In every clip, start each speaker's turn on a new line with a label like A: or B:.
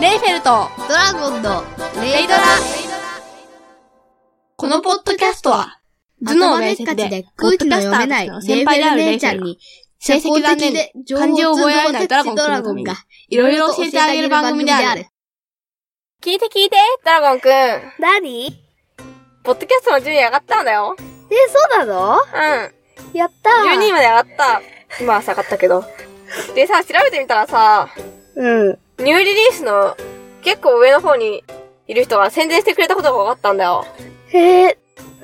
A: レイフェルト
B: ドラゴンのレイドラ。
A: このポッドキャストは、頭脳明
B: 頭でっ
A: 晰
B: かち
A: で
B: で、
A: ポッド
B: 空気
A: キ
B: の
A: ャス
B: 読
A: タ
B: めない
A: ーの
B: レ
A: 先
B: イベ
A: 輩
B: ル
A: であるレ
B: 姉
A: イ
B: ち
A: フ
B: ゃ
A: ェ
B: ん
A: ルが
B: に、
A: 成績がね、
B: 情
A: 漢字を覚えられないドラゴン
B: ドラゴ
A: く
B: ン
A: ん
B: が
A: が、いろいろ教えてあげる番組である。。
C: 聞いて聞いて、ドラゴンくん。
D: 何え、
C: ポッドキャストの順位上がったんだよ。うん。
D: そうなの
C: 12
D: やった
C: 位まで上がった。今は下がったけど。でさ、調べてみたらさ、
D: うん。
C: ニューリリースの結構上の方にいる人が宣伝してくれたことが分かったんだよ。
D: へえ、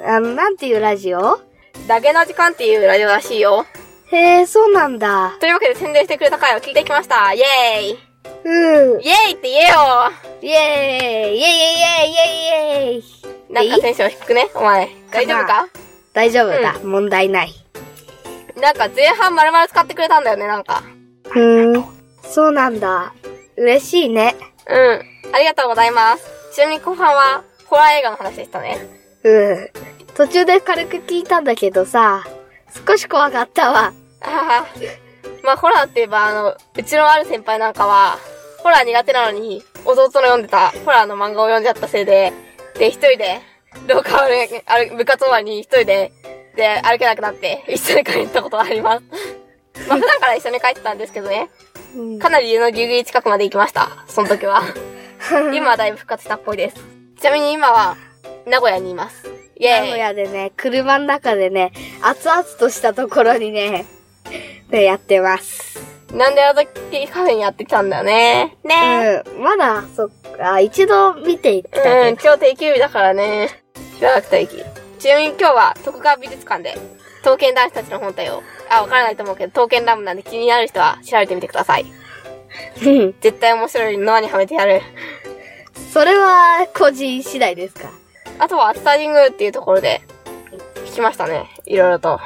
D: あの、なんていうラジオ
C: ダゲな時間っていうラジオらしいよ。
D: へえ、そうなんだ。
C: というわけで宣伝してくれた回を聞いてきました。イエーイ
D: うん。イェーイ
C: イエーイって言えよ
D: イェーイイェーイイェーイイェーイ
C: なんかテンション低くねお前。大丈夫か
D: 大丈夫だ。問題ない。
C: なんか前半丸々使ってくれたんだよね、なんか。
D: ふーん。そうなんだ。嬉しいね。
C: うん。ありがとうございます。ちなみに後半は、ホラー映画の話でしたね。
D: うん。途中で軽く聞いたんだけどさ、少し怖かったわ。
C: ああ。 まあ、ホラーって言えば、あの、うちのある先輩なんかは、ホラー苦手なのに、弟の読んでたホラーの漫画を読んじゃったせいで、で、一人で、廊下を歩け歩部活終わりに一人で、で、歩けなくなって、一緒に帰ったことがあります。 まあ、普段から一緒に帰ってたんですけどね、
D: うん
C: かなり家のギリギリ近くまで行きました。その時 は。今はだいぶ復活したっぽいです。ちなみに今は、名古屋にいます。イェ
D: 名
C: ーイ
D: 古屋でね、車の中でね、熱々としたところにね、ね、やってます。
C: なんであの時カフェにやってきたんだよね。ね
D: うん。まだ、そっか、一度見ていった
C: うん、
D: け
C: 今日定休日だからね。しばらく待機。ちなみに今日は徳川美術館で、刀剣男子たちの本体を、あ、わからないと思うけど、刀剣乱舞なんで気になる人は調べてみてください。
D: ど。うん。
C: 絶対面白いノアにはめてやる。
D: それは、個人次第ですか。
C: あとは、スターディングっていうところで、聞きましたね。いろいろと。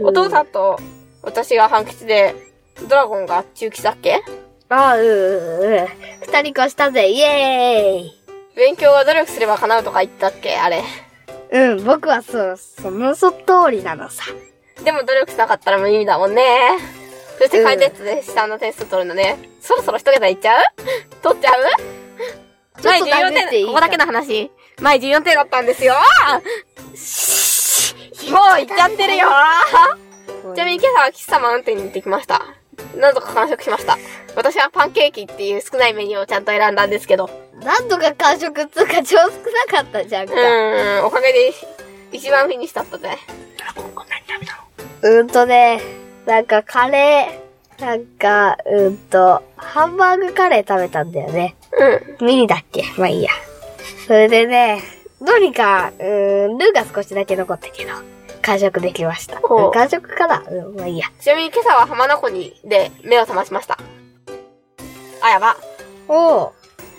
C: お父さんと、私が半吉で、ドラゴンが中吉だっけ
D: ああ、うんうんうん。二人越したぜ、イエ
C: 勉強は努力すれば叶うとか言ったっけあれ。
D: ーイうん、僕はそう、そのそ通りなのさ。
C: でも努力しなかったら無意味だもんね。そして解説で下の点数取るのね。そろそろ一桁いっちゃう 取っちゃう
D: ちょっと
C: 前
D: 食べていい
C: 点、ここだけの話。前14点だったんですよもう行っちゃってるよちなみに今朝は喫茶マウンテンに行ってきました。なんとか完食しました。私はパンケーキっていう少ないメニューをちゃんと選んだんですけど。
D: なんとか完食っつうか、超少なかったじゃん
C: う
D: か。
C: ーん、おかげで一番フィニッシュだったね。
D: うんとね、なんかカレー、なんか、うんと、ハンバーグカレー食べたんだよね。
C: うん。
D: ミニだっけまあいいや。それでね、どうにか、うん、ルーが少しだけ残ったけど、完食できました。
C: ほう
D: うん完食かなうん、まあいいや。
C: ちなみに今朝は浜名湖に、で目を覚ましました。あ、やば。
D: お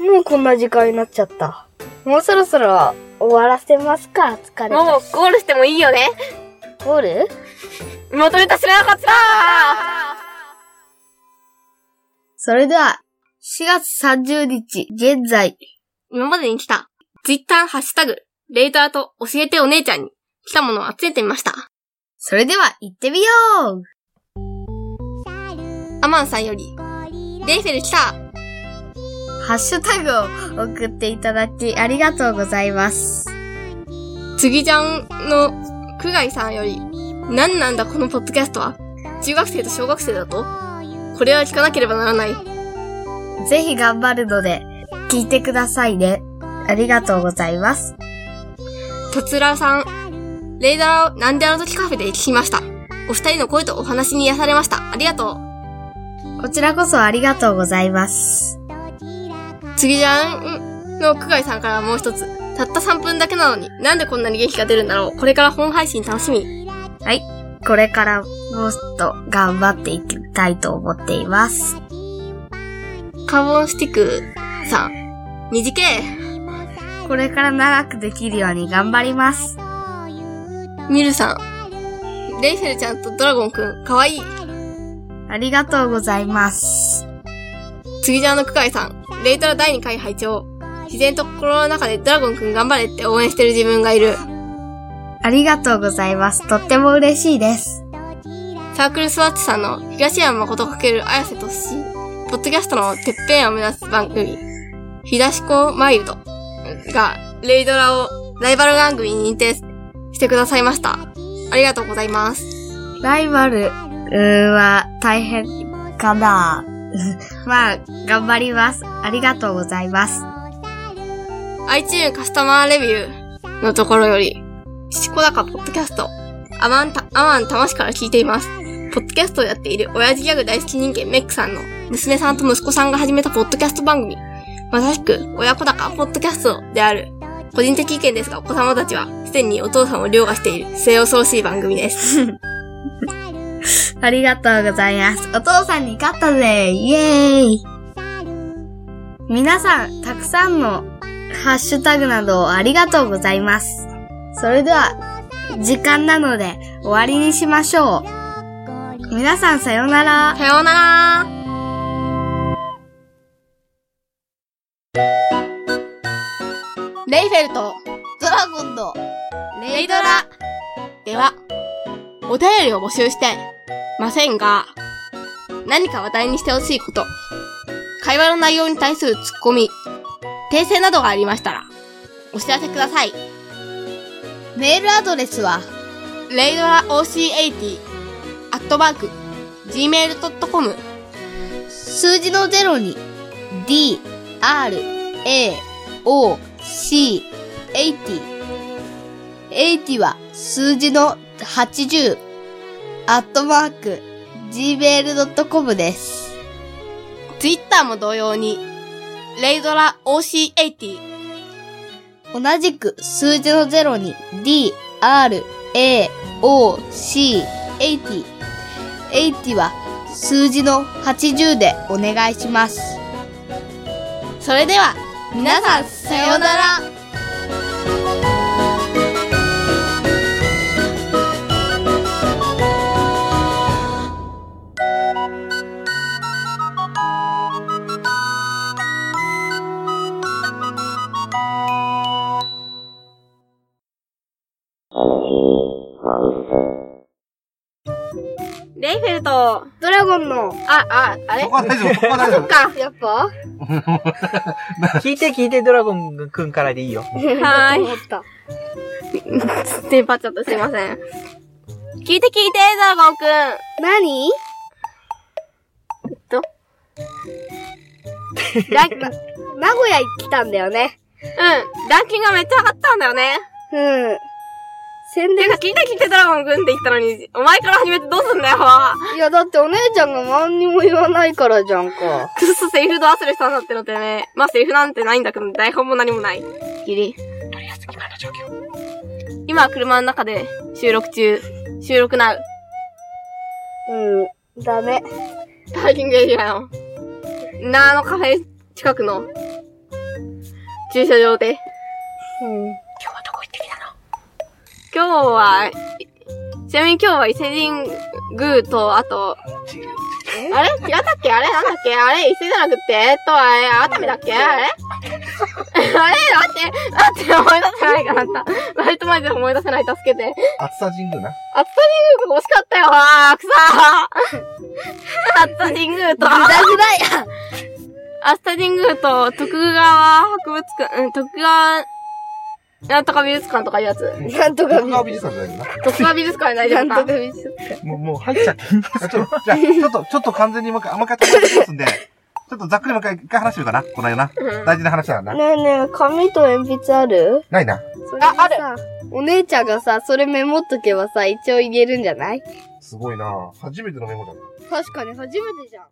D: お、もうこんな時間になっちゃった。もうそろそろ終わらせますか疲れ
C: も
D: た。
C: うゴールしてもいいよね。
D: ゴール
C: 元ネタ知らなかった
B: それでは、4月30日、現在、
C: 今までに来た、ツイッターハッシュタグ、レイドラと教えてお姉ちゃんに来たものを集めてみました。
B: それでは行ってみよう
C: アマンさんより、レイフェル来た
B: ハッシュタグを送っていただきありがとうございます。
C: 次じゃんの、久我井さんより、何なんだこのポッドキャストは中学生と小学生だとこれは聞かなければならない。
B: ぜひ頑張るので、聞いてくださいね。ありがとうございます。
C: とつらさん、レイドラをなんであの時カフェで聞きました。お二人の声とお話に癒されました。ありがとう。
B: こちらこそありがとうございます。
C: 次じゃんの久我井さんからもう一つ。たった3分だけなのに、なんでこんなに元気が出るんだろう。これから本配信楽しみ。
B: はい。これからもっと頑張っていきたいと思っています。
C: カーボンスティックさん。短い。
B: これから長くできるように頑張ります。
C: ミルさん。レイフェルちゃんとドラゴンくん、かわいい。
B: ありがとうございます。
C: 次じゃんの久我井さん。レイトラ第2回拝聴自然と心の中でドラゴンくん頑張れって応援してる自分がいる。
B: ありがとうございます。とっても嬉しいです。
C: サークルスワッチさんの東山誠かける綾瀬とし、ポッドキャストのてっぺんを目指す番組。東子マイルドが、レイドラをライバル番組に認定してくださいました。ありがとうございます。
B: ライバルうーは大変かな まあ、頑張ります。ありがとうございます。
C: iTunes カスタマーレビューのところより、父子高ポッドキャスト、アマンた、アマンたましから聞いています。ポッドキャストをやっている親父ギャグ大好き人間メックさんの娘さんと息子さんが始めたポッドキャスト番組。まさしく、親子高ポッドキャストである。個人的意見ですが、お子様たちは、すでにお父さんを凌駕している、末恐ろしい番組です。
B: ありがとうございます。お父さんに勝ったぜイエーイ皆さん、たくさんのハッシュタグなどをありがとうございます。それでは、時間なので終わりにしましょう。皆さんさようなら。
C: さようなら
A: レイフェルと、ドラゴンの、レイドラ。
C: では、お便りを募集してませんが、何か話題にしてほしいこと、会話の内容に対するツッコミ、訂正などがありましたら、お知らせください。
A: メールアドレスは、
C: レイドラ OC80、アットマーク、gmail.com、
A: 数字の0に、d, r, a, o, c, 80。80は数字の80、アットマーク、gmail.com です。
C: Twitter も同様に、レイドラ OC80、
A: 同じく数字の0に D, R, A, O, C, 80。80は数字の80でお願いします。
C: それでは、
A: 皆さん、さようなら。
C: レイフェルト、
D: ドラゴンの、
C: あ、あ、あれ
E: ここは大丈夫、ここは大丈夫。
C: か。
D: やっぱ
F: 聞いて聞いてドラゴンくんからでいいよ。
C: はーい
D: 思った。
C: 電波ちょっとすいません。聞いて聞いて、ドラゴンくん。
D: 何
C: ランう
D: 名古屋来たんだよね。
C: ん、ランキングがめっちゃ上がったんだよね。
D: うん。宣
C: て
D: 伝
C: か、聞いて聞いて、ドラゴンくんって言ったのに、お前から始めてどうすんだよ。
D: いや、だってお姉ちゃんが何にも言わないからじゃんか。
C: くっそ、セリフど忘れしたんだってのてね。まあ、セリフなんてないんだけど、台本も何もない。ギリ。今は車の中で収録中。収録なう。
D: うん。ダメ。
C: パーキングエリアの、なあのカフェ近くの、駐車場で。
D: うん。
C: 今日は、いちなみに今日は伊勢神宮と、あと、あれ違ったっけあれなんだっけあれ伊勢じゃなくてえっと、あれ、熱海だっけあれあれ待って、待って、思い出せないかなった。バイト前で思い出せない、助けて。
E: 暑さ神宮な。
C: 熱田神宮が惜しかったよあーくそー熱田神宮と、
A: グダグ ダや
C: 熱田神宮と、徳川博物館、うん、徳川、なんとか美術館とかいうやつ。
D: なんとか
E: 徳
D: 見
E: 川美術館じゃないよ
C: 徳川美術館大丈
D: な
C: 夫
D: ん
C: か
D: とか見せ
F: もう、もう入っちゃっていいんです
E: な。
F: か
E: ちょっと、じゃあ、ちょっと、 ちょっと完全にもう一回、もう一回止まってますんで、ちょっとざっくりもう一回、一回話してみるかな。このよな。
C: うん
E: 大事な話だからな。
D: ねえねえ、紙と鉛筆ある
E: ないな。
C: あある
D: るお姉ちゃんがさ、それメモっとけばさ、一応言えるんじゃない
E: すごいな初めてのメモだな。
D: 確かに初めてじゃん。